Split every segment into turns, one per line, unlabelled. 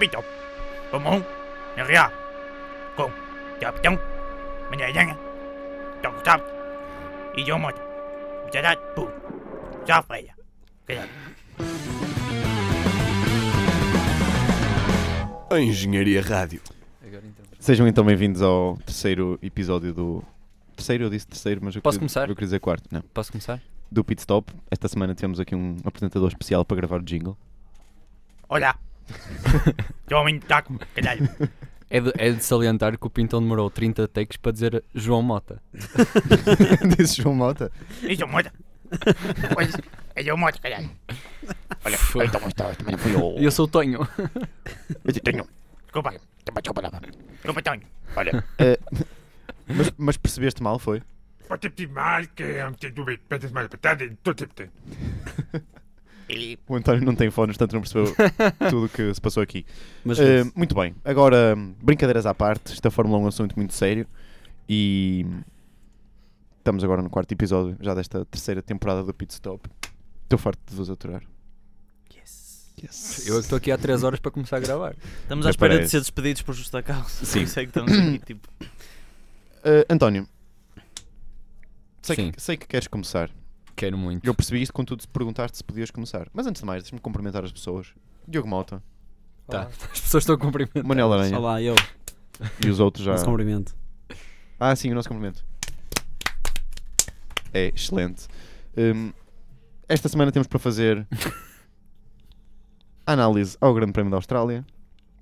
Pito, Pumum, Nerriá, Com, Capitão, Manhã, Toco Tap, e eu moto, Zadat, Pum, Já freia.
A Engenharia Rádio.
Agora então.
Sejam então bem-vindos ao terceiro episódio do. Terceiro, eu disse terceiro, mas eu
Posso
queria,
começar?
Eu queria dizer quarto, não.
Posso começar?
Do Pit Stop. Esta semana temos aqui um apresentador especial para gravar o jingle.
Olá, João Intaco, caralho.
É de, é de salientar que o Pintão demorou 30 takes para dizer João Mota.
Disse João Mota.
Isso, moto. Pois, é eu moto, caralho.
Olha, foi.
Então, esta esta manhã fui ao.
Eu sou o Tonho.
Eu tenho.
Desculpa,
Também te palavra.
desculpa, Tonho.
Olha,
Eh, Mas, mas percebeste mal, foi?
Pode ter mais que eu te dou bem, pedes mais batata e tudo tipo.
E
O António não tem fones, portanto não percebeu tudo o que se passou aqui.
Mas
Eh, muito bem, agora, brincadeiras à parte, esta Fórmula é um assunto muito sério e estamos agora no quarto episódio já desta terceira temporada do Pit Stop. Estou farto de vos aturar. Yes.
Eu é que estou aqui há 3 horas para começar a gravar.
estamos
já
à espera de
parece.
ser despedidos por justa causa.
Sim.
Por isso é que estamos aqui, tipo.
Eh, António, sei
Sim.
que, sei que queres começar.
Quero muito.
Eu percebi isto contudo se perguntaste se podias começar. Mas antes de mais, deixa-me cumprimentar as pessoas. Diogo Mota,
Tá. As pessoas estão a cumprimentar.
Manuel Aranha
Olá, eu.
e os outros já.
Nosso cumprimento.
Ah, sim, o nosso cumprimento. É excelente. Hum, esta semana temos para fazer análise ao Grande Prémio da Austrália.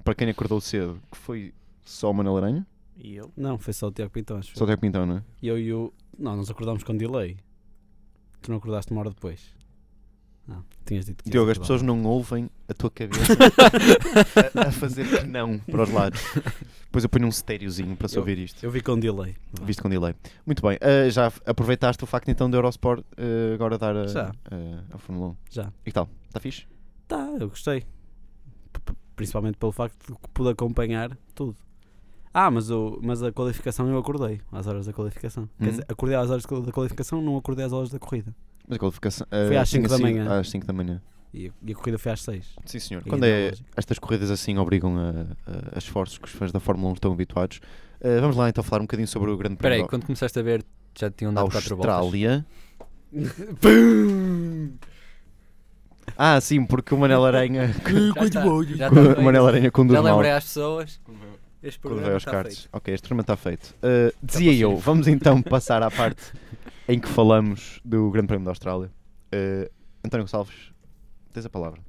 Para quem acordou cedo, que foi só o Manuel Aranha.
E eu? Não, foi só o Tiago Pintão, acho.
Só o Tiago Pintão, não é?
Eu e o. Não, nós acordámos com delay. Tu não acordaste uma hora depois. Não, tinhas dito que. ias
Diogo, as
acordar.
pessoas não ouvem a tua cabeça a, a fazer que não para os lados. Depois eu ponho um stereozinho para se
Eu-
ouvir isto.
Eu vi com delay.
Visto com delay. Muito bem, ah, já aproveitaste o facto então do Eurosport ah, agora dar a, eh,
Já.
a- a Fórmula 1.
Já.
E que tal? Está fixe?
Tá, eu gostei. P- p- Principalmente pelo facto de que pude acompanhar tudo. Ah, mas, o, mas a qualificação eu acordei às horas da qualificação.
Hum.
Quer dizer, acordei às horas da qualificação, não acordei às horas da corrida.
Mas a qualificação.
Foi
ah,
às cinco
tinha
da
sido
manhã.
Às 5 da manhã.
E, e a corrida foi às 6.
Sim, senhor.
E
Quando é,
ideológico.
estas corridas assim obrigam a, a, a esforços que os fãs da Fórmula 1 estão habituados. Ah, vamos lá então falar um bocadinho sobre o Grande
Espera aí,
Prémio
quando começaste a ver, já tinham
da
dado 4 voltas.
Austrália. ah, sim, porque o Manel Aranha,
Já está, já está
o
feito.
Manel Aranha conduz
Já
mal.
lembrei às pessoas. Este
Quando
programa
vai aos
está
cartes.
feito. Tá
Ok, este programa está feito. Ah, dizia eu, vamos então passar à parte em que falamos do Grande Prémio da Austrália. Ah, António Gonçalves, tens a palavra.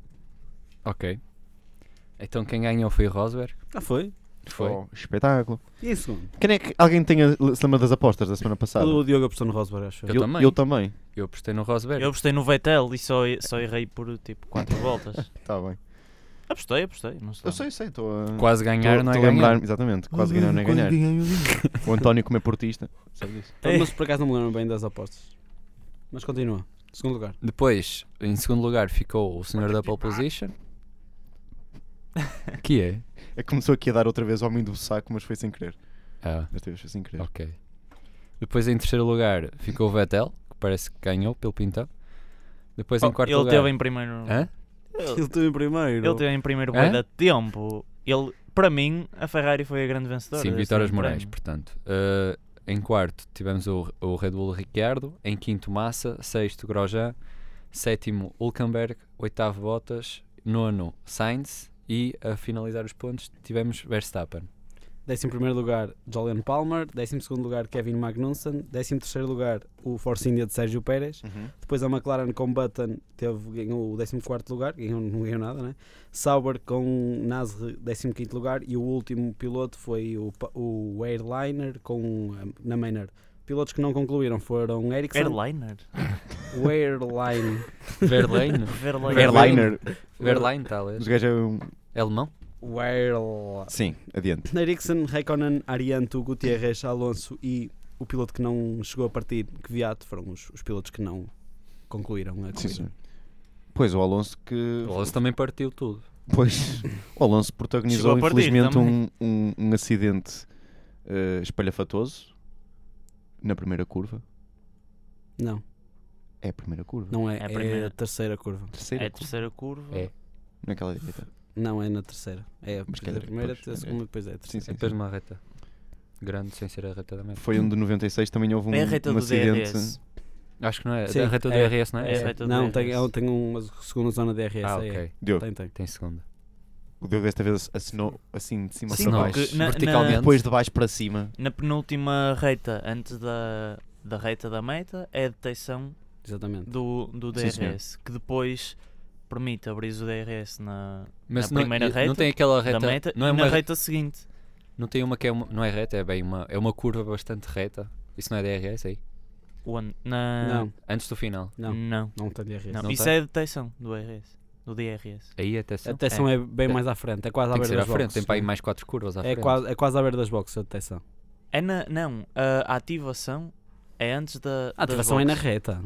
Ok. Então quem ganhou foi o Rosberg.
Ah, foi?
Foi.
Oh, espetáculo.
E em segundo?
Quem é que alguém tenha, se lembra das apostas da semana passada?
O Diogo apostou no Rosberg, acho eu.
Eu também.
Tá Eu também.
Eu apostei no Rosberg.
Eu-
apostei no Vettel e só, só errei por tipo 4 voltas.
Está Tá bem.
Apostei, apostei. Não sei.
Eu sei, sei. Estou a.
Tá. Quase ganhar
tô-
não
tô
é
a
ganhar.
lembrar, Exatamente. Quase ganhar não é ganhar. O António, como é portista, sabe disso.
Ei.
Mas por acaso não me lembro bem das apostas. Mas continua. Segundo lugar.
Depois, em segundo lugar, ficou o senhor da pole position. Que é?
É que começou aqui a dar outra vez ao homem do saco, mas foi sem querer.
Ah,
Desta vez foi sem querer.
ok. Depois, em terceiro lugar, ficou o Vettel, que parece que ganhou pelo pintão. Depois, em
Oh,
quarto
ele
lugar.
teve em primeiro.
Hã?
Ele,
Ele teve em primeiro.
ele teve em primeiro
Hã?
bué da tempo. Ele, para mim, a Ferrari foi a grande vencedora.
Sim,
deste
vitórias
grande
morais,
prémio.
portanto. Ah, em quarto, tivemos o, o Red Bull Ricciardo. Em quinto, Massa. Sexto, Grosjean. Sétimo, Hulkenberg. Oitavo, Bottas. Nono, Sainz. E a finalizar os pontos, tivemos Verstappen.
Décimo primeiro lugar, Julian Palmer. Décimo segundo lugar, Kevin Magnussen. Décimo terceiro lugar, o Force India de Sérgio Pérez.
Uhum.
Depois a McLaren com Button teve, ganhou o 14 lugar, ganhou, não ganhou nada, né? Sauber com Nasr 15 lugar e o último piloto foi o, pa- o Airliner com um, na Maynard. Pilotos que não concluíram foram Ericsson,
Airliner.
o Airline,
Verlaine.
Verlaine.
Verliner.
Verlaine,
Os
talvez.
gajos é um.
É alemão?
o Airline.
Sim, adiante.
Ericsson, Raikkonen, Arianto, Gutierrez, Alonso e o piloto que não chegou a partir, Kvyat, foram os, os pilotos que não concluíram a corrida.
Sim, senhor. Pois, o Alonso que.
Oh.
O Alonso também partiu tudo.
Pois, o Alonso protagonizou
Chegou a partir
infelizmente um,
também.
um, um acidente eh, espalhafatoso na primeira curva.
Não,
É a primeira curva.
não é,
É
é
a
a,
primeira.
terceira curva.
Terceira
É a
curva.
terceira curva.
É.
Naquela direita.
Não, é na terceira. É
Mas
depois
calhar
a primeira,
depois,
a
é.
segunda, depois é a
Sim,
terceira.
sim.
Depois de uma reta grande, sem ser a reta da meta.
Foi um de 96, também houve um,
É a reta
um
do
acidente.
DRS.
Acho que não é.
Sim,
a reta do
é.
RS, não é?
É a reta do
Não,
DRS.
tem, é, tem uma segunda zona de DRS.
Ah,
é,
ok.
Deu.
Tem, tem.
Tem segunda.
O Diogo desta vez assinou assim de cima
Sim,
para
eh,
Sinal.
baixo.
porque na,
verticalmente.
na-
Depois de baixo para cima.
na penúltima reta, antes da, da reta da meta, é a detecção
Exatamente.
do, do
Sim, senhor.
DRS, que depois permite abrir o DRS na,
Mas
Na
não,
primeira
e-
reta,
não tem aquela
da
reta.
meta
não, é
e na
uma,
reta seguinte.
não tem uma que é uma, não é reta, é bem uma. É uma curva bastante reta. Isso não é DRS aí?
Onde?
Ah.
Na,
Não,
Antes do final.
não,
não.
não tem DRS.
não.
Não tá.
Isso
tem?
é a detecção do DRS. Do DRS.
Aí até se
A detecção é, bem
É.
mais à frente, é quase à
Tem que
beira
ser à
das
frente,
boxes.
tem para aí mais quatro curvas à
é,
frente.
quase, é quase à beira das boxes a detecção.
É na, não, a ativação é antes da.
A
das
ativação é na
boxes.
reta.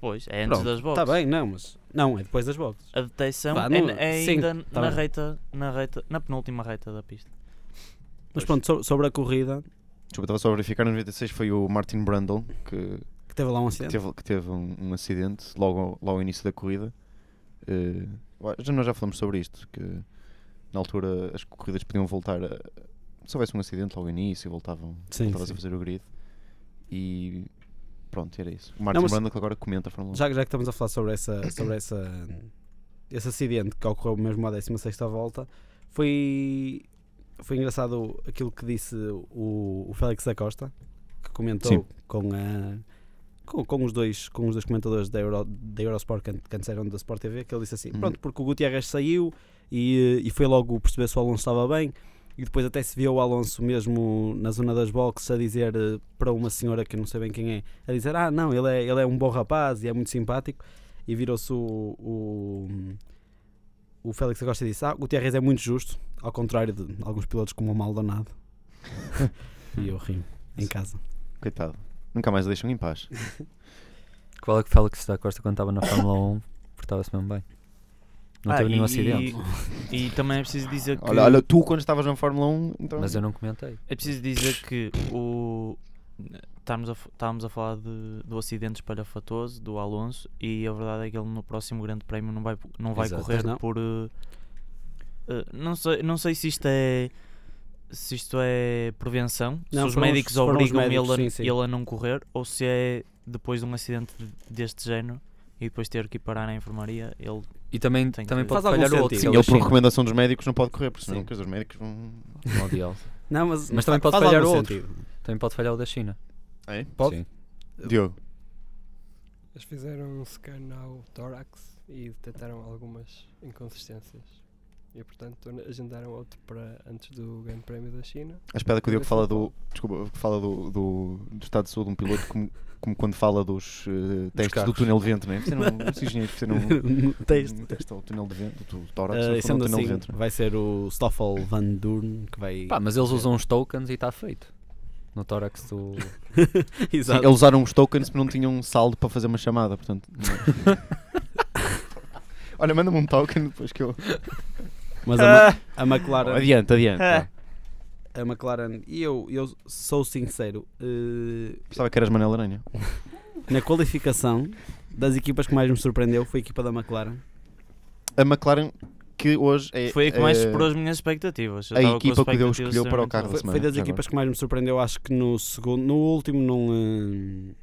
Pois, é antes
Pronto,
das boxes.
Está bem, não, mas. Não, é depois das boxes.
A detecção
Vá,
é,
não-
é
sim,
ainda
tá
na
bem.
reta, na reta, na penúltima reta da pista.
Mas pronto, so- sobre a corrida,
Desculpa, estava só a verificar. No 96 foi o Martin Brundle que,
que teve lá
que
um acidente.
teve, que teve um, um acidente logo, ao- logo ao início da corrida. Eh, eu acho que nós já falamos sobre isto. Que na altura as corridas podiam voltar. A, se houvesse um acidente logo ao início, voltavam,
Sim,
voltavas
sim.
a fazer o grid. E pronto, era isso. O
Não,
Martin
mas-
Brundle que agora comenta a Fórmula 1.
Já, que- já que estamos a falar sobre, essa, sobre essa, hum, esse acidente que ocorreu mesmo à 16 volta, foi, foi engraçado aquilo que disse o, o Félix da Costa, que
Sim.
comentou com, a, com, com os dois, com os dois comentadores da, Euro, da Eurosport que canceram da Sport TV, que ele disse assim:
Uhum.
pronto, porque o Gutierrez saiu e, e foi logo perceber se o Alonso estava bem. E depois até se viu o Alonso mesmo na zona das boxes a dizer eh, para uma senhora que eu não sei bem quem é, a dizer, ah não, ele é, ele é um bom rapaz e é muito simpático. E virou-se o, o, o Félix Acosta e disse, ah, o Gutierrez é muito justo, ao contrário de alguns pilotos como o Maldonado. e eu rimo, em casa.
um, Coitado. Nunca mais o deixam em paz.
Qual é que fala que se da Costa quando estava na Fórmula 1 portava-se mesmo bem? Não
Ah,
teve nenhum
e-
acidente.
E, e também é preciso dizer que
Olha, olha, tu quando estavas na Fórmula 1, então...
Mas eu não comentei.
é preciso dizer que o estávamos a, f- estávamos a falar de, do acidente espalhafatoso do Alonso e a verdade é que ele no próximo Grande Prémio não vai não vai
Exato.
correr
Não.
por eh, eh, não sei não sei se isto é se isto é prevenção,
Não,
se os
foram os-
médicos
foram os
obrigam
médicos,
ele, a,
sim, sim.
ele a não correr ou se é depois de um acidente de- deste género e depois ter que ir parar na enfermaria, ele
E também,
Tem que
também
ver.
pode
Faz algum
falhar o outro. que é o
Sim,
sentido.
ele por
destino.
recomendação dos médicos não pode correr, porque senão
Sim.
depois os médicos vão...
Mundial.
Não, mas,
Mas também
fa-
pode
faz
falhar
algum
o outro.
sentido.
Também pode falhar o da China.
É?
Pode?
Sim.
Diogo,
Eles fizeram um scan ao tórax e detectaram algumas inconsistências. E portanto agendaram outro para antes do Grande Prémio da China.
a espera que o Diogo
assim
fala do... Desculpa, que fala do, do, do estado de saúde de um piloto como, como quando fala dos eh, testes do
carros.
túnel de vento, não é? Fizeram um os engenheiros fizeram um,
Texto.
um teste ao túnel de vento, do tórax,
Ah,
no fundo,
e sendo
ao túnel
assim,
de vento. não é?
vai ser o Stoffel Van Durn que vai.
Pá, mas eles usam os tokens e está feito. No tórax do.
Sim,
Exato.
eles usaram os tokens porque não tinham um saldo para fazer uma chamada, portanto... não é. Olha, manda-me um token depois que eu...
Mas
Ah!
a, Ma- a McLaren.
Adiante, adiante.
Ah.
vá.
a McLaren, e eu, eu sou sincero, eh,
Pensava que eras Manel Aranha.
na qualificação das equipas que mais me surpreendeu foi a equipa da McLaren.
A McLaren, que hoje é.
foi a que mais
é,
superou as minhas expectativas. Eu
a
estava com
equipa que o Deus
expectativas
escolheu para o
extremamente
carro da
Foi,
altas.
semana.
foi das
já
equipas que mais me surpreendeu, acho que no segundo, no último não. eh,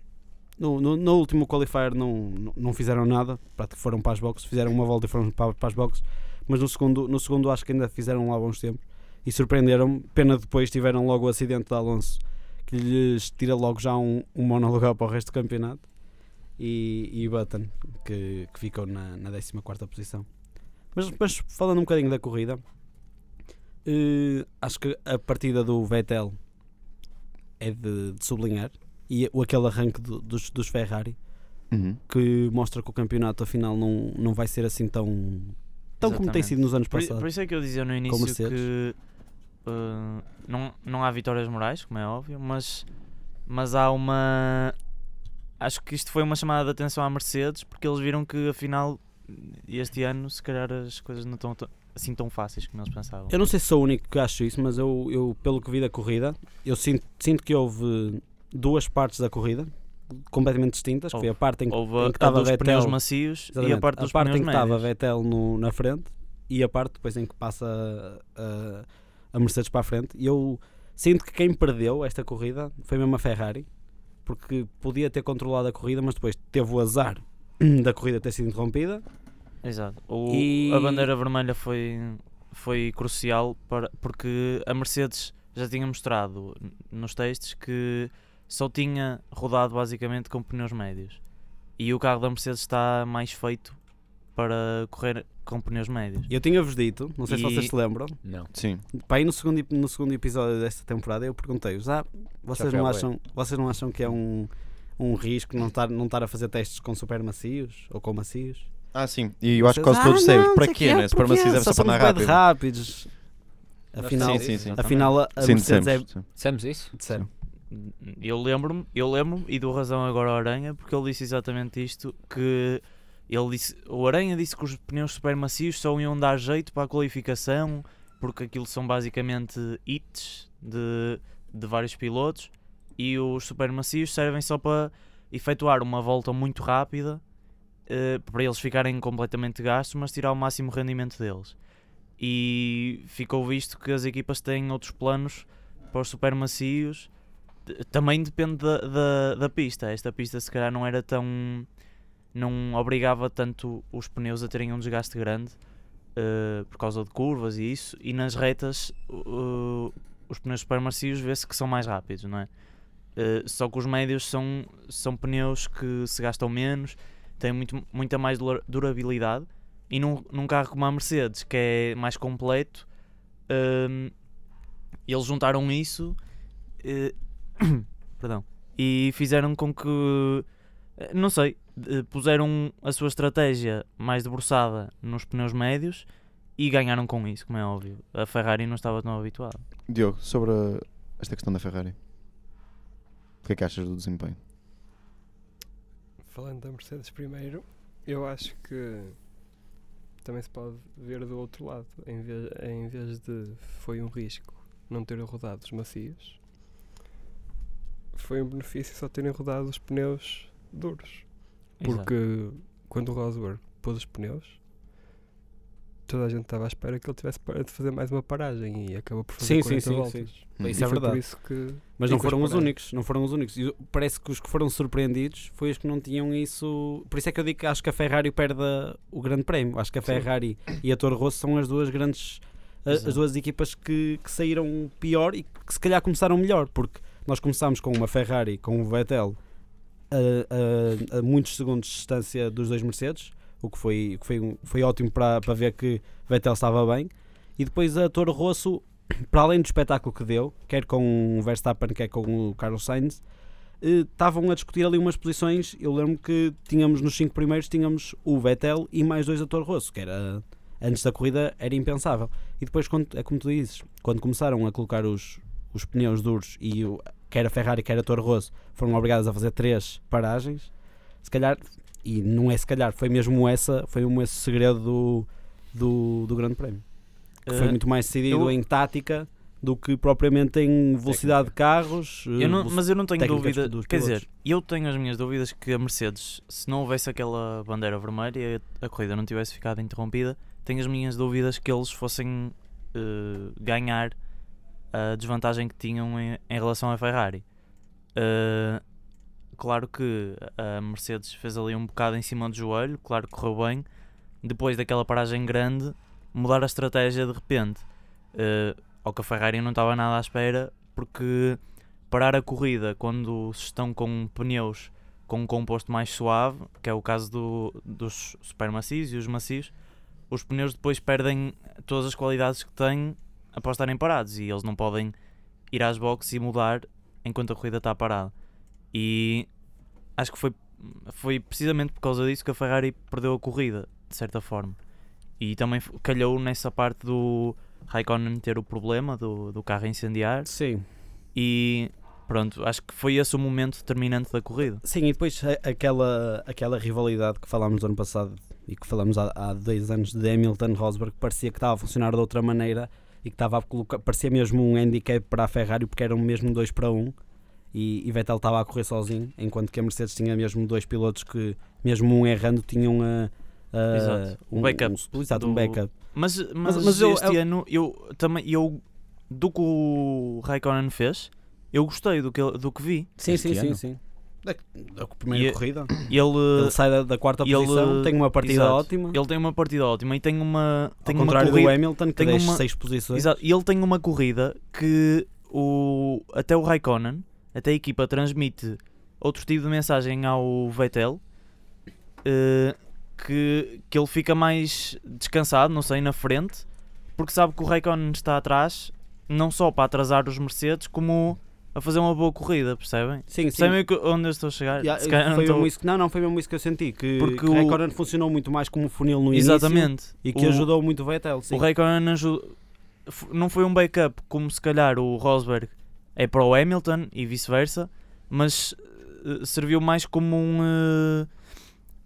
No, no, no último qualifier não, não- não fizeram nada, prato- foram para as boxes, fizeram uma volta e foram para, para as boxes, mas no segundo, no segundo acho que ainda fizeram lá bons tempos e surpreenderam-me. Pena depois tiveram logo o acidente de Alonso que lhes tira logo já um, um monolugar para o resto do campeonato e, e Button que, que ficou na, na 14 posição. Mas, mas falando um bocadinho da corrida, eh, acho que a partida do Vettel é de, de sublinhar e o, aquele arranque do- dos, dos Ferrari
agora. Uhum.
que mostra que o campeonato afinal não, não vai ser assim tão, tão como tem
Exatamente.
sido nos anos
Por, i-
passados.
por isso é que eu dizia no início
Mercedes.
que eh, não, não há vitórias morais, como é óbvio, mas, mas há uma. Acho que isto foi uma chamada de atenção à Mercedes porque eles viram que afinal este ano se calhar as coisas não estão tão- assim tão fáceis como eles pensavam.
Eu não sei se sou o único que acho isso, mas eu, eu pelo que vi da corrida, eu sinto, sinto que houve duas partes da corrida completamente distintas, que foi a parte em que,
Houve
em
a,
que
a
estava
dos pneus
Vettel
macios e a
Exatamente.
parte dos
em
pneus
que estava
médios.
Vettel no- na frente e a parte depois em que passa a, a Mercedes para a frente. E eu sinto que quem perdeu esta corrida foi mesmo a Ferrari, porque podia ter controlado a corrida, mas depois teve o azar da corrida ter sido interrompida.
Exato. O-
E-
A bandeira vermelha foi, foi crucial para, porque a Mercedes já tinha mostrado n- nos textos que só tinha rodado basicamente com pneus médios. E o carro da Mercedes está mais feito para correr com pneus médios.
Eu tinha-vos dito, não sei se
E-
vocês se lembram,
Não.
Sim.
Pá, aí no segundo, ep- no segundo episódio desta temporada eu perguntei-vos: ah, vocês,
foi
não
ao
acham, vocês não acham que é um, um risco não estar, não estar a fazer testes com super macios ou com macios?
Ah, sim. E eu acho que quase
Ah,
todos
não,
sabem.
não
Para
sei
quê,
quê,
né? Supremacia
porquê?
deve
Só
ser para andar
somos bué de
rápido.
rápidos.
Nós dissemos
Afinal,
Sim,
isso,
sim, sim.
exatamente.
afinal a, a
Sim,
Mercedes é.
dissemos. Sim.
Dissemos isso?
Disseram.
Eu lembro-me, eu lembro-me e dou razão agora ao Aranha porque ele disse exatamente isto que ele disse, o Aranha disse que os pneus super macios só iam dar jeito para a qualificação porque aquilo são basicamente hits de, de vários pilotos e os super macios servem só para efetuar uma volta muito rápida eh, para eles ficarem completamente gastos mas tirar o máximo rendimento deles e ficou visto que as equipas têm outros planos para os super macios T- também depende da, da, da pista. Esta pista se calhar não era tão. não obrigava tanto os pneus a terem um desgaste grande eh, por causa de curvas e isso. E nas retas o- o- os pneus super macios vê-se que são mais rápidos, não é? Eh, só que os médios são, são pneus que se gastam menos, têm muito, muita mais dura- durabilidade. E num, num carro como a Mercedes, que é mais completo, ehm, eles juntaram isso eh, perdão, e fizeram com que, eh, não sei, eh, puseram a sua estratégia mais debruçada nos pneus médios e ganharam com isso, como é óbvio. A Ferrari não estava tão habituada.
Diogo, sobre uh, esta questão da Ferrari. O que é que achas do desempenho?
Falando da Mercedes primeiro, eu acho que também se pode ver do outro lado. Em vez, em vez de foi um risco não terem rodado os macios, foi um benefício só terem rodado os pneus duros. Porque quando o Rosberg pôs os pneus, toda a gente estava à espera que ele tivesse para de fazer mais uma paragem e acabou por
Sim,
fazer
sim,
40
sim,
voltas.
Hum.
Isso
E
é
foi
verdade.
por isso que
Mas não
Ficas
foram os
parado.
únicos, não foram os únicos. E parece que os que foram surpreendidos foi os que não tinham isso. Por isso é que eu digo que acho que a Ferrari perde a- o Grande Prémio. Acho que a
Sim.
Ferrari e a Toro Rosso são as duas grandes a- as
Exato.
duas equipas que, que saíram pior e que se calhar começaram melhor, porque nós começámos com uma Ferrari com o Vettel a, a- a muitos segundos de distância dos dois Mercedes, o que foi, o que foi, um- foi ótimo para, para ver que Vettel estava bem. E depois a Toro Rosso, para além do espetáculo que deu, quer com o Verstappen, quer com o Carlos Sainz, eh, estavam a discutir ali umas posições. Eu lembro que tínhamos nos cinco primeiros tínhamos o Vettel e mais dois a Toro Rosso, que era antes da corrida era impensável. E depois, quando, é como tu dizes, quando começaram a colocar os, os pneus duros e o, quer a Ferrari, quer a Toro Rosso, foram obrigadas a fazer três paragens, se calhar, e não é se calhar, foi mesmo essa, foi mesmo esse o segredo do, do, do Grande Prémio. Que foi
Eh,
muito mais decidido
eu-
em tática do que propriamente em velocidade de carros. eh,
Eu não-
veloc-
mas eu não tenho
técnicas
dúvida.
dos
Quer dizer,
pilotos.
eu tenho as minhas dúvidas que a Mercedes, se não houvesse aquela bandeira vermelha e a corrida não tivesse ficado interrompida, tenho as minhas dúvidas que eles fossem eh, ganhar a desvantagem que tinham em, em relação à Ferrari. Eh, claro que a Mercedes fez ali um bocado em cima do joelho, claro que correu bem. Depois daquela paragem grande, mudar a estratégia de repente. Eh, ao que a Ferrari não estava nada à espera, porque parar a corrida quando se estão com pneus com um composto mais suave, que é o caso do, dos supermacios e os macios, os pneus depois perdem todas as qualidades que têm após estarem parados e eles não podem ir às boxes e mudar enquanto a corrida está parada. E acho que foi, foi precisamente por causa disso que a Ferrari perdeu a corrida, de certa forma. E também f- calhou nessa parte do Raikkonen ter o problema do, do carro incendiar
Sim.
e pronto, acho que foi esse o momento determinante da corrida.
Sim, e depois a- aquela, aquela rivalidade que falámos do ano passado e que falámos há, há dois anos de Hamilton Rosberg, que parecia que estava a funcionar de outra maneira e que estava a colocar, parecia mesmo um handicap para a Ferrari porque eram mesmo dois para um e, e Vettel estava a correr sozinho, enquanto que a Mercedes tinha mesmo dois pilotos que, mesmo um errando, tinham a, a-
Exato.
um
O backup
Um, exato, um
do-
backup.
Mas, mas,
Mas- mas eu-
este
eu-
ano eu também eu do que o Raikkonen fez, eu gostei do que, ele- do que vi.
Sim,
Este
sim, sim,
ano?
sim. Da, da primeira
E-
corrida.
Ele, ele,
Ele sai da, da quarta
ele-
posição, tem uma partida
exato.
ótima.
tem uma partida ótima e tem uma
ao
tem uma
contrário do
corrida,
Hamilton, que
tem
desce
uma-
seis posições.
exato, e ele tem uma corrida que o até o Raikkonen, até a equipa transmite outro tipo de mensagem ao Vettel. eh, que, que ele fica mais descansado, não sei, na frente, porque sabe que o Raikkonen está atrás, não só para atrasar os Mercedes, como a fazer uma boa corrida, percebem?
Sim, sim.
Sabem o que- onde eu estou a chegar?
Yeah,
Se calhar não
foi
estou-
mesmo isso que- não, não, foi mesmo isso que eu senti. Que,
Porque
Porque
o-
o Raikkonen funcionou muito mais como um funil no início.
Exatamente.
E que
o,
ajudou muito o Vettel, sim.
O Raikkonen ajudou. f- Não foi um backup como se calhar o Rosberg é para o Hamilton e vice-versa, mas eh, serviu mais como um.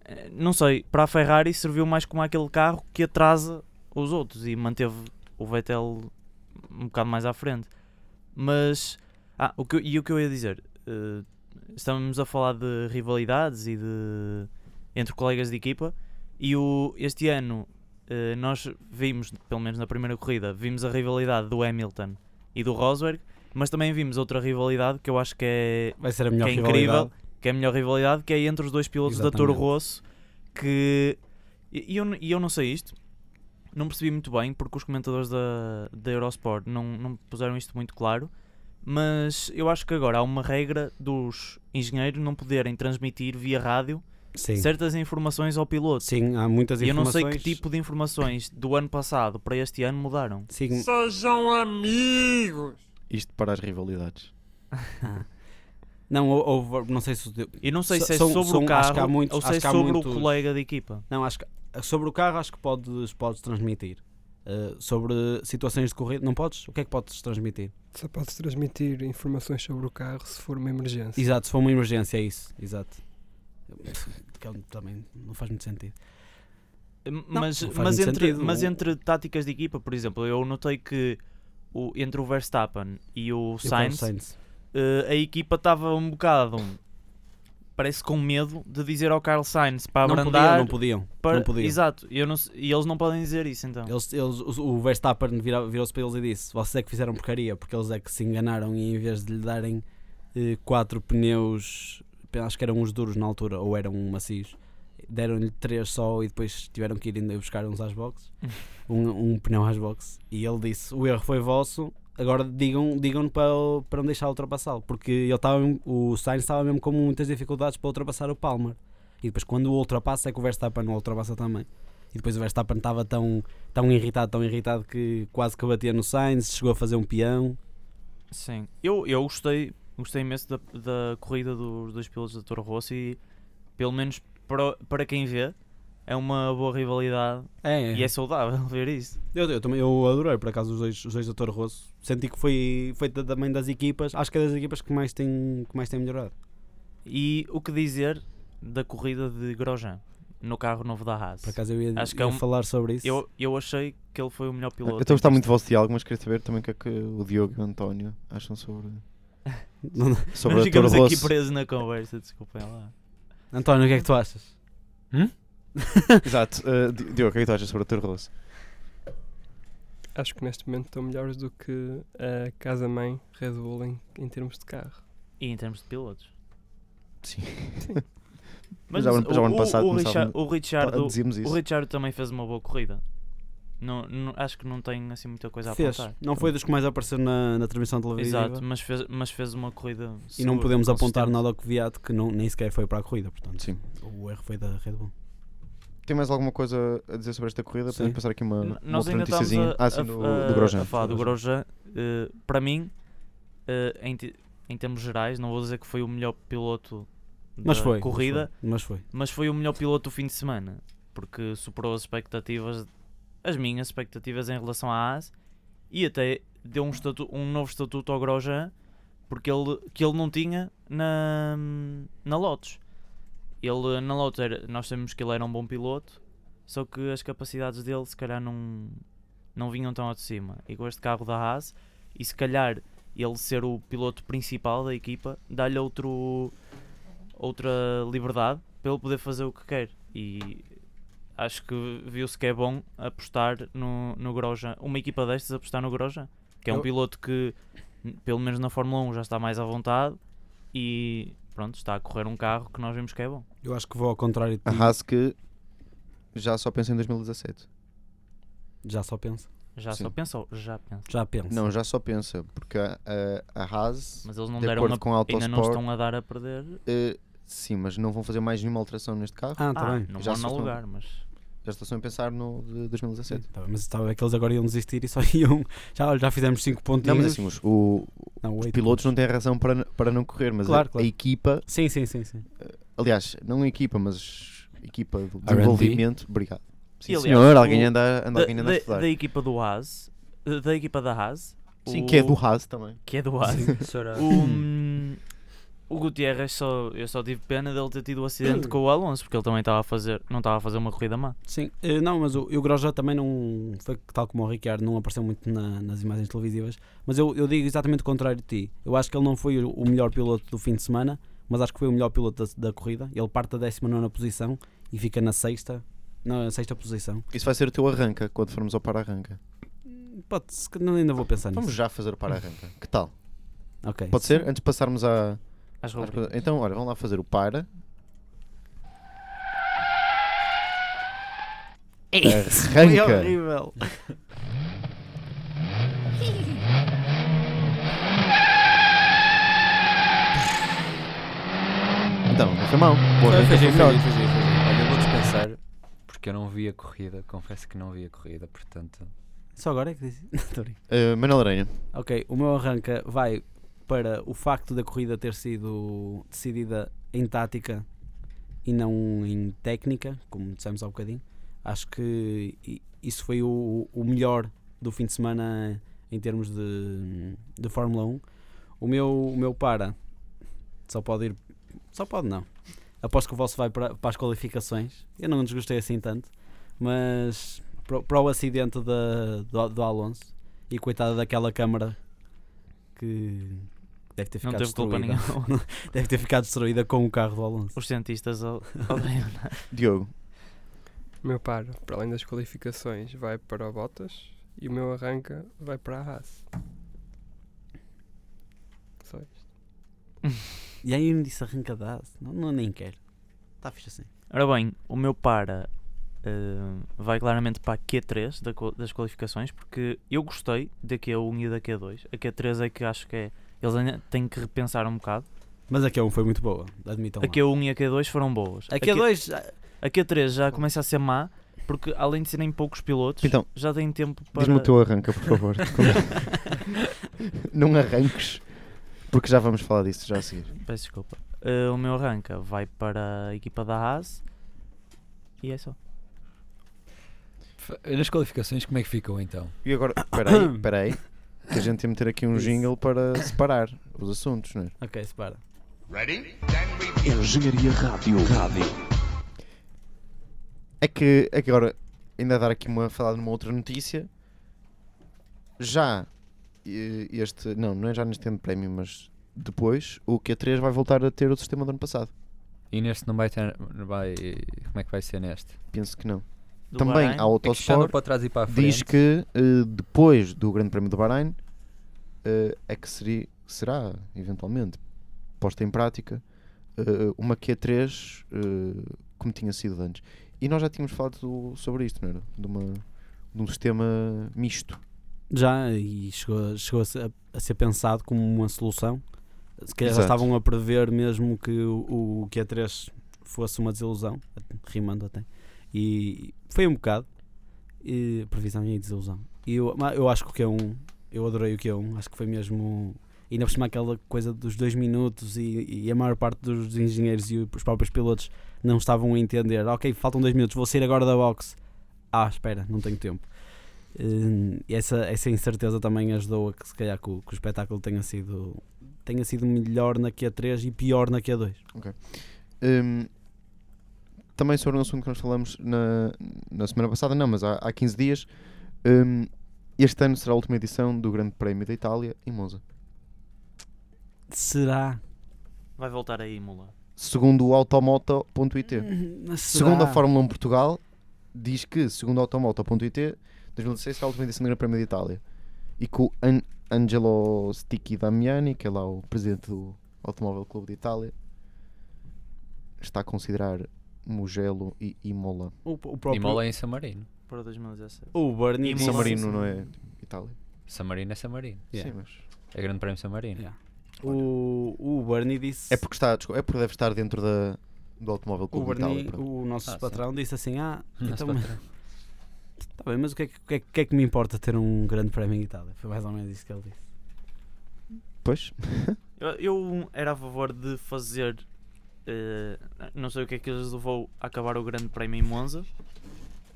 eh, não sei, para a Ferrari serviu mais como aquele carro que atrasa os outros e manteve o Vettel um bocado mais à frente. Mas. Ah, o que, eu- e o que eu ia dizer? eh, estamos a falar de rivalidades e de. entre colegas de equipa. E o, este ano eh, nós vimos, pelo menos na primeira corrida, vimos a rivalidade do Hamilton e do Rosberg, mas também vimos outra rivalidade que eu acho que é,
Vai ser a
que
melhor
é incrível,
rivalidade.
que é a melhor rivalidade, que é entre os dois pilotos da Toro
Exatamente.
Rosso, que... E e eu, n- e eu não sei isto, não percebi muito bem, porque os comentadores da, da Eurosport não, não puseram isto muito claro, mas eu acho que agora há uma regra dos engenheiros não poderem transmitir via rádio
Sim.
certas informações ao piloto.
Sim, há muitas
E eu não
informações.
sei que tipo de informações do ano passado para este ano mudaram.
Sim,
Sejam amigos.
Isto para as rivalidades.
não, hou- houve, não sei se.
E não sei
So-
se é
são-
sobre
são-
o
acho
carro
que há muitos-
ou se
acho
é
que há
sobre o
muitos-
colega de equipa.
Não, acho que sobre o carro acho que podes, podes transmitir. Eh, sobre situações de corrida, não podes? O que é que podes transmitir?
Só podes transmitir informações sobre o carro se for uma emergência.
Exato, se for uma emergência, é isso. Exato. Que é- Também não faz muito sentido.
Hum, mas,
não faz
mas,
muito
entre,
sentido.
mas
O-
entre táticas de equipa, por exemplo, eu notei que o, entre o Verstappen e o
E o Carlos
Sainz, eh, a equipa estava um bocado, parece com medo de dizer ao Carlos Sainz para
Não
abrandar.
podiam, não podiam.
para-
não podiam.
Exato, e eu não se- e eles não podem dizer isso então.
Eles, eles, o o Verstappen vira- virou-se para eles e disse: Vocês é que fizeram porcaria, porque eles é que se enganaram e em vez de lhe darem eh, quatro pneus, acho que eram uns duros na altura, ou eram um macios, deram-lhe três só e depois tiveram que ir ainda buscar uns às boxes, um, um pneu às boxes. E ele disse: O erro foi vosso, agora digam, digam para, o- para não deixar ultrapassá-lo, porque ele estava, o Sainz estava mesmo com muitas dificuldades para ultrapassar o Palmer. E depois, quando o ultrapassa, é que o Verstappen o ultrapassa também. E depois o Verstappen estava tão, tão irritado, tão irritado que quase que batia no Sainz, chegou a fazer um peão.
Sim, eu, eu gostei, gostei imenso da, da corrida dos dois pilotos da Toro Rosso e pelo menos para, para quem vê é uma boa rivalidade
É,
e é saudável ver isso.
eu, eu também eu adorei por acaso os dois, os dois da Toro Rosso. Senti que foi, foi da- também das equipas, acho que é das equipas que mais tem, que mais tem melhorado.
E o que dizer da corrida de Grosjean no carro novo da Haas?
Por acaso eu ia,
Acho que é
ia
um-
falar sobre isso.
Eu, eu achei que ele foi o melhor piloto.
Eu estou a gostar Então muito do vosso diálogo, mas queria saber também o que é que o Diogo e o António acham sobre,
Não-
sobre
Não
a Toro
ficamos aqui
Rosso.
presos na conversa, desculpem lá.
António, o que é que tu achas?
Exato. Uh, Di- Diogo, o que é que tu achas sobre a Toro Rosso?
Acho que neste momento estão melhores do que a casa-mãe Red Bull em, em termos de carro.
E em termos de pilotos.
Sim.
Mas
Já o ano- já o ano
o,
passado
o, Richa-
começava-
o Richard, o,
Dizíamos isso.
Richard também fez uma boa corrida. Não, não- acho que não tem assim muita coisa a
Fez.
apontar.
Não foi dos que mais apareceu na, na transmissão televisiva.
Exato, mas fez, mas fez uma corrida.
E não
segura,
podemos apontar
consistente.
nada ao que viado que não, nem sequer foi para a corrida, portanto.
Sim.
O erro foi da Red Bull.
Tem mais alguma coisa a dizer sobre esta corrida?
Sim.
Podemos passar aqui uma,
N-
uma
Nós
outra
ainda estamos
noticiazinha.
a,
Ah, sim,
a-
do,
a-
do Grosjean.
a falar do Grosjean. eh, para mim, eh, em, te- em termos gerais, não vou dizer que foi o melhor piloto da
Mas foi.
corrida,
Mas foi.
mas foi o melhor piloto do fim de semana porque superou as expectativas, as minhas expectativas em relação à Haas e até deu um, estatu- um novo estatuto ao Grosjean porque ele, que ele não tinha na, na Lotus. Ele na Lotus era- nós sabemos que ele era um bom piloto, só que as capacidades dele se calhar não, não vinham tão ao de cima. E com este carro da Haas, e se calhar ele ser o piloto principal da equipa, dá-lhe outro outra liberdade para ele poder fazer o que quer. E acho que viu-se que é bom apostar no, no Grosjean. Uma equipa destas apostar no Grosjean, que é um
Eu-
piloto que, n- pelo menos na Fórmula 1, já está mais à vontade e pronto, está a correr um carro que nós vimos que é bom.
Eu acho que vou ao contrário de ti.
A Haas que já só pensa em 2017.
Já só pensa.
Já
Sim.
só pensou? Já pensa.
Já pensa.
Não, já só pensa, porque a, a, a Haas,
Mas eles não
de
deram
acordo
uma.
com a
Ainda
Autosport,
não estão a dar a perder.
eh, sim, mas não vão fazer mais nenhuma alteração neste carro.
Ah, tá
Ah,
bem.
não
Já
vão
se
na
estão-
lugar, mas.
Já estão só a pensar no de 2017.
Tá bem, mas estava a ver que eles agora iam desistir e só iam. Já, olha, já fizemos 5
Não,
pontinhos.
mas assim, os, o,
Não,
os
oito.
pilotos não têm razão para, n- para não correr, mas a-
Claro,
a,
claro.
equipa,
Sim, sim, sim. sim.
aliás, não a equipa, mas equipa de desenvolvimento, obrigado. Sim,
E, aliás,
senhor, alguém
o-
anda, anda,
Da,
alguém anda a
da-
estudar.
da equipa do Haas. Da, da equipa da Haas.
Sim,
o-
que é do Haas também.
Que é do Haas.
Será?
O, o Gutierrez, só, eu só tive pena dele ter tido o acidente com o Alonso, porque ele também estava a fazer, não estava a fazer uma corrida má.
Sim, eh, não, mas o, e o Grosjean também não foi que, tal como o Ricciardo, não apareceu muito na- nas imagens televisivas. Mas eu, eu digo exatamente o contrário de ti. Eu acho que ele não foi o, o melhor piloto do fim de semana, mas acho que foi o melhor piloto da, da corrida. Ele parte da 19 posição e fica na sexta, na sexta posição.
Isso vai ser o teu arranca quando formos ao para-arranca.
Pode, se, calhar ainda vou pensar
Vamos
nisso.
já fazer o para-arranca. Que tal?
Ok.
Pode ser? Antes de passarmos à.
As
às
roupas.
coisas- Então, olha, vamos lá fazer o para. Arranca!
horrível.
Então, não foi mal. Boa
Foi, foi
arranca foi
giro, foi
melhor.
giro, foi giro, foi giro. Olha, eu vou dispensar porque eu não vi a corrida, confesso que não vi a corrida, portanto.
Só agora é que disse. Tô a brincar.
Eh, Manuel Aranha.
Ok, o meu arranca vai para o facto da corrida ter sido decidida em tática e não em técnica, como dissemos há bocadinho. Acho que i- isso foi o, o melhor do fim de semana em termos de, de Fórmula 1. O meu, o meu para só pode ir. Só pode não. Aposto que o vosso vai para, para as qualificações. Eu não desgostei assim tanto, mas para, o- para o acidente da- do, do Alonso. E coitada daquela câmara que deve ter
Não
ficado
teve culpa
destruída.
nenhuma.
Deve ter ficado destruída com o carro do Alonso.
Os cientistas o- odeiam. é?
Diogo.
O meu par, para além das qualificações, vai para o Bottas e o meu arranca vai para a Haas. Só isto.
E aí eu me disse arrancadaço. Não, não, nem quero. Está fixe assim.
Ora bem, o meu para eh, vai claramente para a Q3 da qual- das qualificações, porque eu gostei da Q1 e da Q2. A Q3 é que acho que é. Eles ainda têm que repensar um bocado.
Mas a Q1 foi muito boa, admitam.
A Q1 e a Q2 foram boas.
lá. a
A Q-
Q2. ah,
A Q3 já começa a ser má, porque além de serem poucos pilotos,
Então,
já têm tempo para.
diz-me o teu arranca, por favor. não arranques, porque já vamos falar disso já a seguir.
Peço desculpa. Eh, o meu arranca vai para a equipa da Haas. E é só.
F- Nas qualificações, como é que ficam então?
E agora, peraí, peraí, que a gente tem que meter aqui um
Isso.
jingle para separar os assuntos, não é?
Ok, separa.
Engenharia Rádio. Rádio.
É que é que agora, ainda dar aqui uma falada numa outra notícia. Já eh, este, não, não é já neste ano de prémio, mas depois, o Q3 vai voltar a ter o sistema do ano passado.
E neste não vai ter. não vai- como é que vai ser neste?
Penso que não.
Do
Também
Bahrein,
a
É que puxando
Autosport
para trás e para a frente.
diz que eh, depois do Grande Prémio do Bahrein eh, é que seria, será, eventualmente, posta em prática eh, uma Q3 eh, como tinha sido antes. E nós já tínhamos falado do- sobre isto, não era? De, uma, de um sistema misto.
Já, e chegou, chegou a, ser, a ser pensado como uma solução. Se calhar já
Exato.
estavam a prever mesmo que o, o Q3 fosse uma desilusão, rimando até. E foi um bocado. E, previsão e desilusão. E eu, ma- eu acho que o Q1, eu adorei o Q1, acho que foi mesmo. Ainda por cima aquela coisa dos dois minutos e, e a maior parte dos engenheiros e os próprios pilotos não estavam a entender. Ok, faltam dois minutos, vou sair agora da box. Ah, espera, não tenho tempo. Hum, essa, essa incerteza também ajudou a que se calhar que o, que o espetáculo tenha sido tenha sido melhor na Q3 e pior na Q2.
Hum, também sobre um assunto que nós falamos na, na semana passada, não, mas há, há 15 dias. hum, este ano será a última edição do Grande Prémio da Itália em Monza.
Será?
Vai voltar a Imola.
Segundo o automoto.it.
Hum, mas será?
Segundo a Fórmula 1 Portugal, diz que, segundo automoto.it, 2016 foi a última edição do Grande Prémio de Itália. E que o An Angelo Sticchi Damiani, que é lá o presidente do Automóvel Clube de Itália, está a considerar Mugello e Imola.
O, o
E
próprio.
Mola em Samarino.
Para 2017.
O Bernie
E
disse-
San
Imola.
Marino não é Itália.
Samarino é Samarino.
Sim, mas.
É grande prémio Samarino.
Yeah. O, o Bernie disse.
É porque, está, desculpa, é porque deve estar dentro da, do Automóvel
o,
Clube de Itália.
Bernie,
pronto.
o nosso
Ah, sim.
patrão disse assim: Ah,
Nosso
então.
patrão.
Tá bem, mas o que é que, o que é que- o que é que me importa ter um grande prémio em Itália? Foi mais ou menos isso que ele disse.
Pois,
Eu, eu era a favor de fazer. eh, não sei o que é que eles levou a acabar o Grande Prémio em Monza.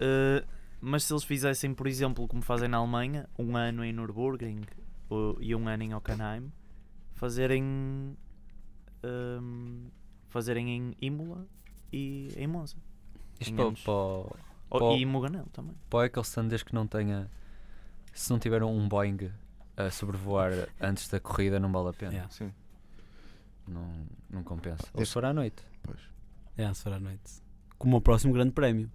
eh, mas se eles fizessem, por exemplo, como fazem na Alemanha, um ano em Nürburgring o- e um ano em Hockenheim, fazerem. ehm, fazerem em Imola e em Monza.
Isto para,
Tínhamos.
para, o-
Ou,
Pô.
E em Muganel também.
para o Ecclestandês que não tenha. Se não tiver um Boeing a sobrevoar antes da corrida, não vale a pena.
Yeah.
sim.
Não, não compensa. Ou
Desde-
se for à noite.
É, se for à noite. Como o próximo grande prémio.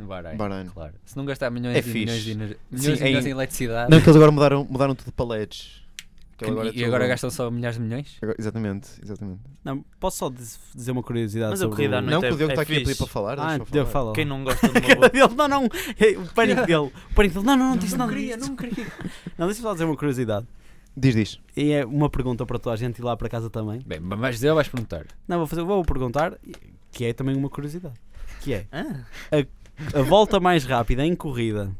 Bahrein.
Bahrein.
Claro. Se não gastar milhões
É
e milhões
fixe.
de, ener- milhões
Sim,
e milhões
em-
em eletricidade
Não, que eles agora mudaram, mudaram tudo para LEDs. Que
que-
agora é
e
tudo-
agora gastam só milhares de milhões?
Agora- Exatamente, exatamente.
Não, posso só diz- dizer uma curiosidade
Mas a
sobre
corrida à
o...
noite
Não, que
é-
o Diogo
é
está aqui a pedir
fixe.
para falar.
Ah,
deixa eu
deu
falar.
falar.
Quem não gosta de
A cara
uma boa.
dele, não, não, é, o pânico dele, o pânico dele, não, não, não disse nada. Não queria, não queria. Não, deixa-me só dizer uma curiosidade.
Diz, diz.
E é uma pergunta para toda a gente e lá para casa também.
Bem, mas vais dizer ou vais perguntar?
Não, vou fazer, vou perguntar, que é também uma curiosidade. Que é
Ah,
a volta mais rápida em corrida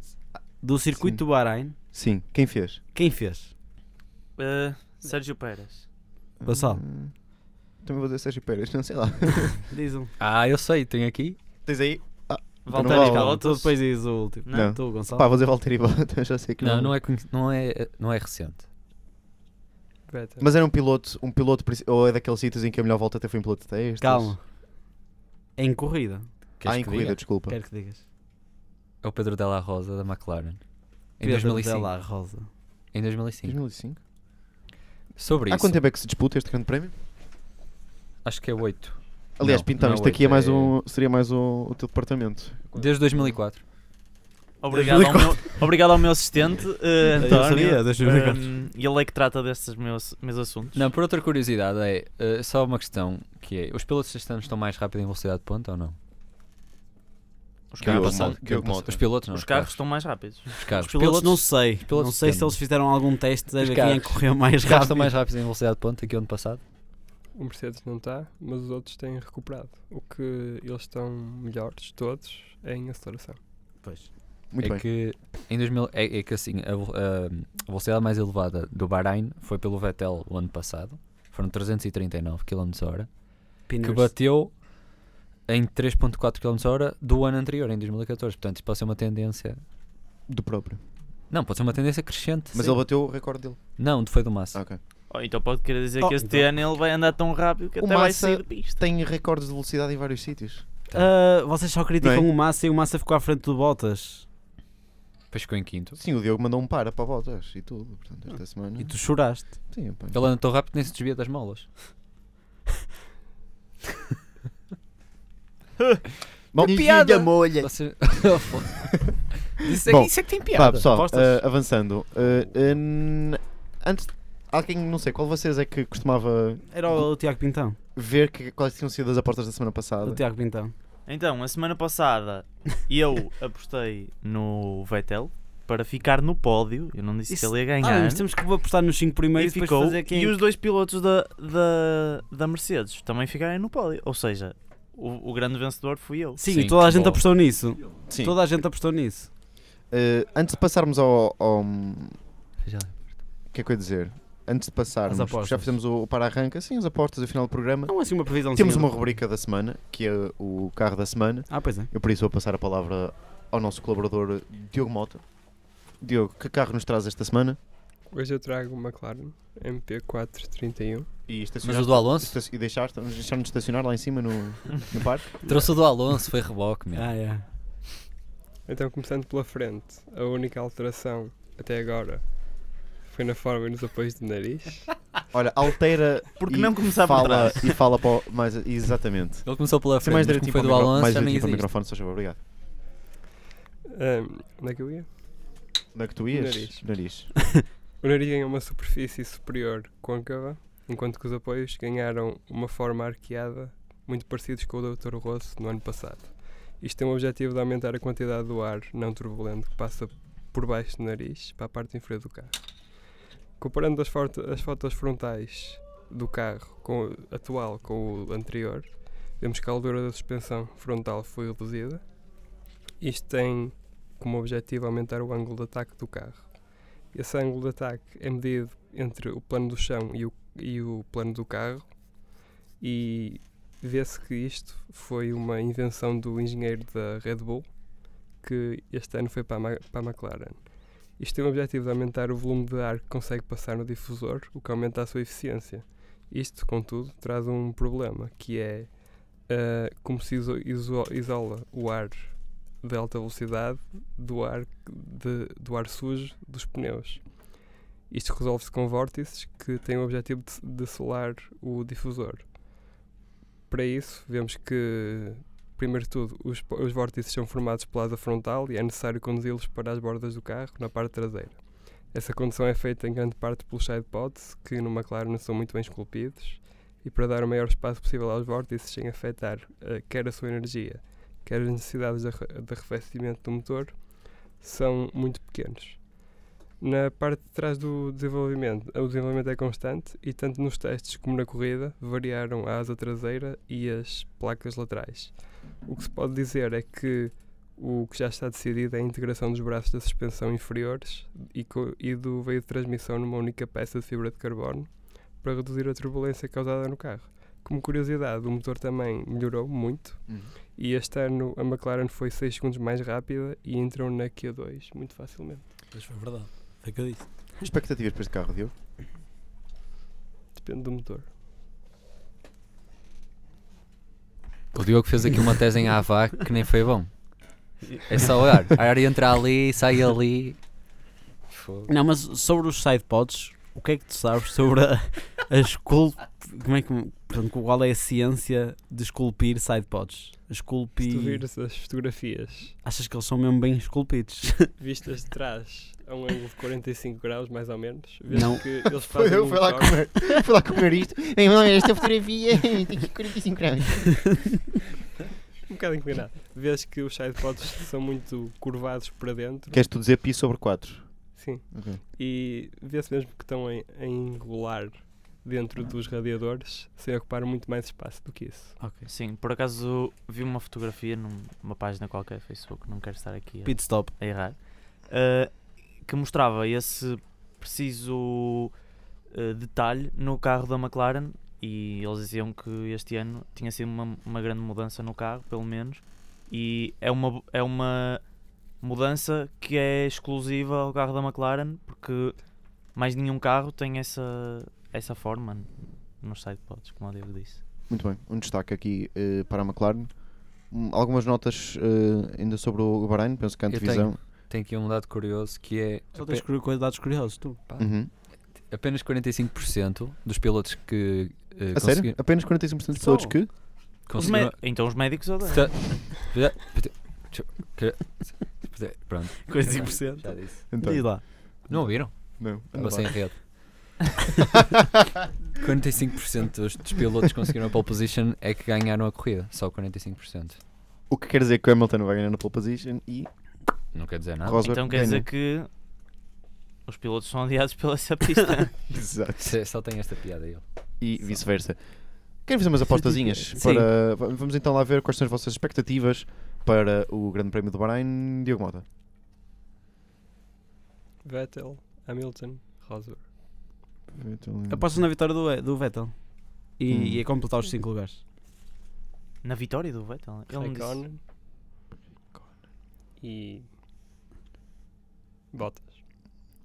do
Sim.
circuito do Bahrein,
Sim, quem fez?
quem fez?
eh, Sérgio Pérez.
Gonçalo.
Hum, Também vou dizer Sérgio Pérez, não sei lá.
Diz um.
Ah, eu sei, tenho aqui.
Tens aí?
Valtteri
Então
vale.
Calma, tu
Bottas.
depois diz o último.
Não.
Tu, Gonçalo.
Pá, vou dizer Valtteri Bottas, já sei que
Tá. Não, não é, conhe- não é, não é recente. é-
Beta.
Mas era um piloto, um piloto, princi- ou é daqueles sítios em que a melhor volta até foi um piloto de testes?
Calma. Em corrida,
Queres
Ah, em
que é
corrida,
diga?
desculpa.
quero que digas.
É o Pedro Della Rosa da McLaren. Em
Pedro
2005.
Della Rosa.
Em 2005.
2005.
Sobre
Hum. Há
isso,
quanto tempo é que se disputa este grande prémio?
acho que é 8.
Aliás,
Não,
pintando,
não,
isto aqui é
oito,
mais
é-
um, seria mais um, o teu departamento.
Desde 2004.
Obrigado ao, meu, obrigado ao meu assistente, eh,
Eu
António.
sabia, deixa-me ver.
Hum, ele é que trata destes meus, meus assuntos.
Não, por outra curiosidade, é eh, só uma questão que é: os pilotos este ano estão mais rápido em velocidade de ponta ou não?
Os
Que é ano passado- Os pilotos não.
Os carros estão mais rápidos.
Os carros.
Os pilotos, não sei.
pilotos
não sei se
dependem.
eles fizeram algum teste a
Os
ver quem é que
carros.
correu mais
Os carros
rápido.
estão mais rápidos em velocidade de ponta que o ano passado?
O Mercedes não está, mas os outros têm recuperado. O que eles estão melhores, todos, é em aceleração.
Pois.
Muito
é
bem.
que em 2000 é, é que assim a, vel- a- a velocidade mais elevada do Bahrein foi pelo Vettel o ano passado foram 339 km h que
Pinners.
bateu em 3.4 km h do ano anterior em 2014 portanto isso pode ser uma tendência
Do próprio.
não pode ser uma tendência crescente
Mas
sim.
ele bateu o recorde dele.
não foi do Massa
Ah, ok.
Oh, então pode querer dizer
Oh,
que este
então.
ano ele vai andar tão rápido que
O
até vai
Massa-
sair de pista.
Tem recordes de velocidade em vários sítios.
Ah, vocês só criticam
Bem.
o Massa e o Massa ficou à frente do Bottas.
depois ficou em quinto
Sim, o Diogo mandou um para para voltas e tudo, portanto, esta semana.
Então. Ah. E tu choraste.
Sim, opa.
ele anda tão rápido que nem se desvia das molas
Bom, piada. molha.
Você- isso, é,
Bom,
isso é que tem
Pá,
piada
pessoal,
Apostas?
eh, avançando. eh, eh, antes, alguém, não sei, qual de vocês é que costumava
Era o, o Tiago Pintão.
ver que, quais tinham sido as apostas da semana passada?
O Tiago Pintão.
Então, a semana passada eu apostei no Vettel para ficar no pódio. Eu não disse
Isso-
que ele ia
Ah,
ganhar.
mas temos que apostar nos 5 primeiros
e
e depois
ficou.
fazer quem. é
E os dois pilotos da, da, da Mercedes também ficarem no pódio. Ou seja, o, o grande vencedor fui eu.
Sim,
Sim,
toda a gente
boa.
apostou nisso.
Sim.
Toda a gente apostou nisso.
Eh, antes de passarmos ao. ao-
Já.
o que é que eu ia dizer? Antes de passarmos,
As apostas.
já fizemos o, o para-arranca, sim, as apostas e o final do programa.
Não é assim uma previsão.
Temos
sim,
uma
eu-
rubrica da semana, que é o carro da semana.
Ah, pois é.
Eu por isso vou passar a palavra ao nosso colaborador Diogo Mota. Diogo, que carro nos traz esta semana?
Hoje eu trago uma McLaren MP431.
E
mas
estacionar-
o do Alonso
esta- E deixar- deixar-nos estacionar lá em cima no, no parque?
trouxe o do Alonso foi reboque mesmo
Ah, é.
Então, começando pela frente, a única alteração até agora foi na forma e nos apoios do nariz.
Olha, altera
Porque
e
não começar por
fala,
trás.
e fala para o, mais Exatamente.
ele começou pela
Se
frente mas como foi do
para o micro-
Alonso
mais
já nem
direitinho
existe
para o microfone, se faz favor, obrigado.
Ahm, onde é que eu ia?
Onde é que tu ias?
Nariz.
Nariz.
O nariz ganhou uma superfície superior côncava, enquanto que os apoios ganharam uma forma arqueada, muito parecidos com o Dr. Rosso no ano passado. Isto tem o objetivo de aumentar a quantidade do ar não turbulento que passa por baixo do nariz para a parte inferior do carro. Comparando as, foto- as fotos frontais do carro com o atual com o anterior, vemos que a altura da suspensão frontal foi reduzida. Isto tem como objetivo aumentar o ângulo de ataque do carro. Esse ângulo de ataque é medido entre o plano do chão e o, e o plano do carro e vê-se que isto foi uma invenção do engenheiro da Red Bull que este ano foi para a, Ma- para a McLaren. Isto tem o objetivo de aumentar o volume de ar que consegue passar no difusor, o que aumenta a sua eficiência. Isto, contudo, traz um problema, que é ah, como se iso- iso- isola o ar de alta velocidade do ar, que- de- do ar sujo dos pneus. Isto resolve-se com vórtices que têm o objetivo de, de selar o difusor. Para isso, vemos que, primeiro de tudo, os, po- os vórtices são formados pela asa frontal e é necessário conduzi-los para as bordas do carro, na parte traseira. Essa condução é feita em grande parte pelos sidepods, que no McLaren são muito bem esculpidos, e para dar o maior espaço possível aos vórtices sem afetar eh, quer a sua energia, quer as necessidades de, arre- de arrefecimento do motor, são muito pequenos. Na parte de trás do desenvolvimento, o desenvolvimento é constante e tanto nos testes como na corrida variaram a asa traseira e as placas laterais. O que se pode dizer é que o que já está decidido é a integração dos braços da suspensão inferiores e, co- e do veio de transmissão numa única peça de fibra de carbono para reduzir a turbulência causada no carro. Como curiosidade, o motor também melhorou muito e este ano a McLaren foi 6 segundos mais rápida e entrou na Q2 muito facilmente.
Mas foi verdade. Foi o que eu disse.
Expectativas para este carro, Diogo?
Depende do motor.
O Diogo fez aqui uma tese em Avá que nem foi bom. É só olhar. A área entra ali, sai ali. Fogo.
Não, mas sobre os sidepods, o que é que tu sabes sobre a, a escul... Como é que... Portanto, qual é a ciência de esculpir sidepods?
Se tu
Esculpir...
vires as fotografias
Achas que eles são mesmo bem esculpidos?
vistas de trás a um ângulo de 45 graus, mais ou menos, vês
Não.
que eles fazem um corte.
comer, fui lá comer isto. Bem, olha, é esta fotografia tem aqui 45 graus.
um bocado inclinado. Vês que os sidepods são muito curvados para dentro.
Queres tu dizer pi sobre 4?
Sim.
Ok.
E vê-se mesmo que estão em- a engolar dentro dos radiadores sem ocupar muito mais espaço do que isso.
Sim, por acaso vi uma fotografia num- numa página qualquer do Facebook, não quero estar aqui a,
Pit stop.
a errar, eh, que mostrava esse preciso eh, detalhe no carro da McLaren e eles diziam que este ano tinha sido uma, uma grande mudança no carro, pelo menos, e é uma, bo- é uma mudança que é exclusiva ao carro da McLaren porque mais nenhum carro tem essa, essa forma nos sidepods, como o David disse.
Muito bem, um destaque aqui eh, para a McLaren. Hum, algumas notas eh, ainda sobre o Bahrein, penso que a
Eu
antevisão.
Tem aqui um dado curioso que é
Só tens curi- dados curiosos, tu.
Uhum.
apenas 45% dos pilotos que eh,
A sério?
consegui-
Apenas 45% de pilotos
Só?
que?
Os
conseguiram.
mé- então os médicos odeiam.
Sta- Pera- pera- pera- pera- Pronto,
45%.
já disse.
Então,
Diz lá.
Não ouviram?
não.
Ou sem rede. 45% dos, dos pilotos conseguiram a pole position é que ganharam a corrida. Só 45%.
O que quer dizer que o Hamilton vai ganhar na pole position e
Não quer dizer nada.
Rosberg
Então quer dizer
ganha.
que os pilotos são odiados pela essa pista.
Exato.
Se- Só tem esta piada aí.
e vice-versa. Quero fazer umas apostazinhas.
Sim.
Para... va- Vamos então lá ver quais são as vossas expectativas para o Grande Prémio do Bahrein. Diogo Mota.
Vettel, Hamilton, Rosberg.
Então.
Apostas na vitória do, do Vettel. E,
Hum.
é
e a completar os 5 lugares.
Na vitória do Vettel. Então, Ele me disse,
Raikkonen e Bottas.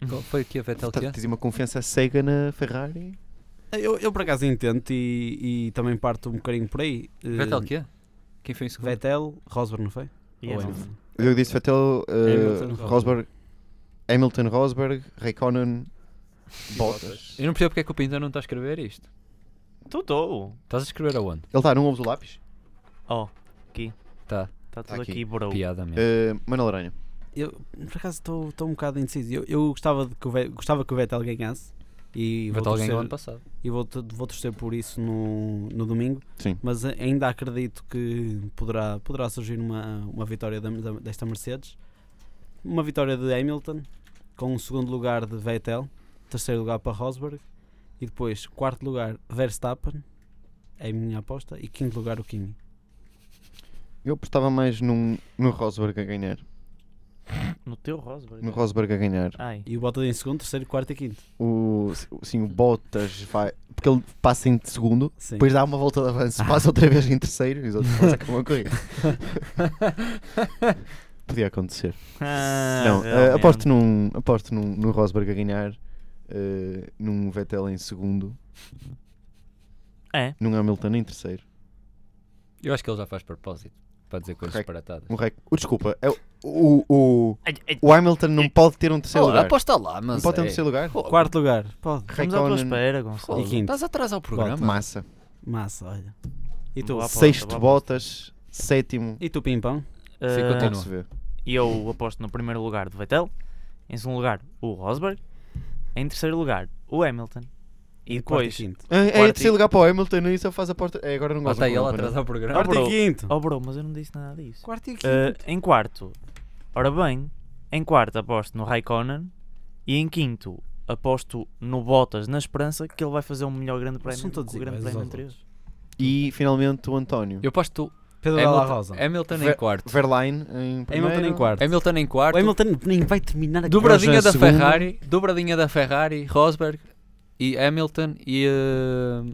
Qual foi aqui a Vettel que é?
Tá, Tens uma confiança cega na Ferrari?
Ah, Eu, eu por acaso entendo e, e também parto um bocadinho por aí. Eh,
Vettel que é? Quem foi em segundo?
Vettel, Rosberg, não foi?
e
Ou
é
Hamilton?
bom.
O Diogo disse Vettel, eh,
Hamilton,
Rosberg, Hamilton, Rosberg, Raikkonen,
E
Bottas.
Eu não percebo porque é que o Pinto não está a escrever isto.
Tu tô.
Estás a escrever aonde?
Ele está, não ouves o lápis?
Oh,
Tá,
está tudo
aqui.
Tá aqui, bro.
piada mesmo.
É. Eh, Manuel Aranha.
Eu, por acaso, estou estou um bocado indeciso. Eu, eu gostava, de que o Ve- gostava que o Vettel ganhasse. E vou
Vettel ganhou ano
torcer,
passado.
e vou, t- vou torcer por isso no, no domingo.
Sim.
Mas a- ainda acredito que poderá, poderá surgir uma, uma vitória da- da- desta Mercedes. Uma vitória de Hamilton, com o segundo lugar de Vettel, terceiro lugar para Rosberg, e depois quarto lugar Verstappen, é a minha aposta, e quinto lugar o Kimi.
Eu apostava mais num, no Rosberg a ganhar.
No teu Rosberg.
No Rosberg a ganhar.
Ai.
E o Bottas em segundo, terceiro, quarto e quinto.
O, sim, o Bottas vai. Porque ele passa em segundo,
Sim.
depois dá uma volta de avanço, passa outra vez em terceiro e os outros quase acabam a corrida. Podia acontecer.
Ah,
Não, eh,
realmente.
aposto, num, aposto num, no Rosberg a ganhar, eh, num Vettel em segundo,
É.
num Hamilton em terceiro.
Eu acho que ele já faz propósito para dizer coisas
Correcto.
disparatadas.
Um rec... oh, desculpa, é o, o, o, o Hamilton não pode ter um terceiro
Oh,
lugar.
aposta lá, mas.
Não pode ter um
é.
terceiro lugar.
Pô,
Quarto lugar, pode.
Estamos à tua
Raikkonen-
espera,
pô,
Gonçalo.
E quinto.
Estás atrás ao programa.
Massa.
Massa, olha. E tu,
Boa aposta,
Sexto,
boa
Bottas. Sétimo.
e tu Pimpão?
aposta.
Sim,
Ah,
continua.
Pouco se vê.
E eu aposto no primeiro lugar do Vettel, em segundo lugar o Rosberg, em terceiro lugar o Hamilton e
Quarto e
depois.
quinto.
É, é
Quarto
em terceiro
e-
lugar para o Hamilton, isso ele faz a porta. É, agora não gosto
Está ele
do Hamilton,
atrás
não.
ao programa.
Quarto e quinto.
Oh, bro, mas eu não disse nada disso.
Quarto e quinto.
Ah, em quarto, ora bem, em quarto aposto no Raikkonen e em quinto aposto no Bottas na esperança que ele vai fazer um melhor grande prémio
São todos
que o grande
iguais aos
prémio anterior.
E finalmente o António.
Eu aposto
Pedro Dalla
Hamilton,
Rosa.
Hamilton em
Ver-
quarto.
Verline em primeiro.
Hamilton em quarto.
Hamilton em
O
quarto.
Hamilton nem vai terminar é a
Dobradinha
Grosjean
da
segundo.
Ferrari, dobradinha da Ferrari, Rosberg e Hamilton e uh,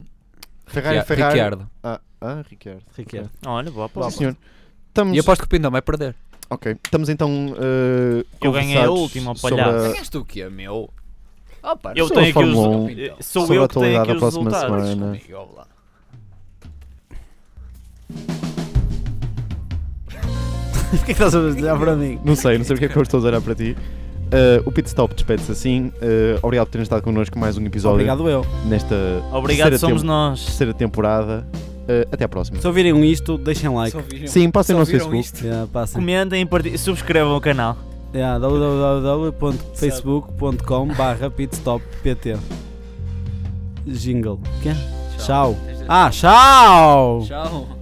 Ferrari, Ferrari.
Ricciardo.
Ah, ah, Ricciardo.
Riquelme.
Olha, boa
Sim,
aposta.
senhor. Estamos...
E aposto que o Pindão vai perder.
Ok, estamos então. eh,
Eu ganhei a
conversados
última, ó
sobre
palhaço.
a-
Ganhaste o quê, meu? Oh, pá,
Eu
sou
tenho
a
aqui os-
Fórmula 1.
Eh,
Pindão.
Sou
sobre a
eu que tenho
atualidade
aqui
da
os
próxima
resultados.
semana.
Amigo, ó lá.
O que é que estás a dizer para mim?
Não sei, não sei porque é que eu estou a olhar para ti. Eh, o Pit Stop despede-se assim. Eh, obrigado por terem estado connosco mais um episódio
Obrigado eu.
nesta.
Obrigado,
terceira
somos
tem-
nós.
Terceira temporada. Eh, até à próxima.
Se ouvirem isto, deixem like.
Sim, passem no nosso
viram
Facebook.
Yeah, passem.
Comentem e parti- subscrevam o canal.
Yeah, www.facebook.com barra pitstoppt Jingle. Quê? Tchau. Ah, tchau!
Tchau.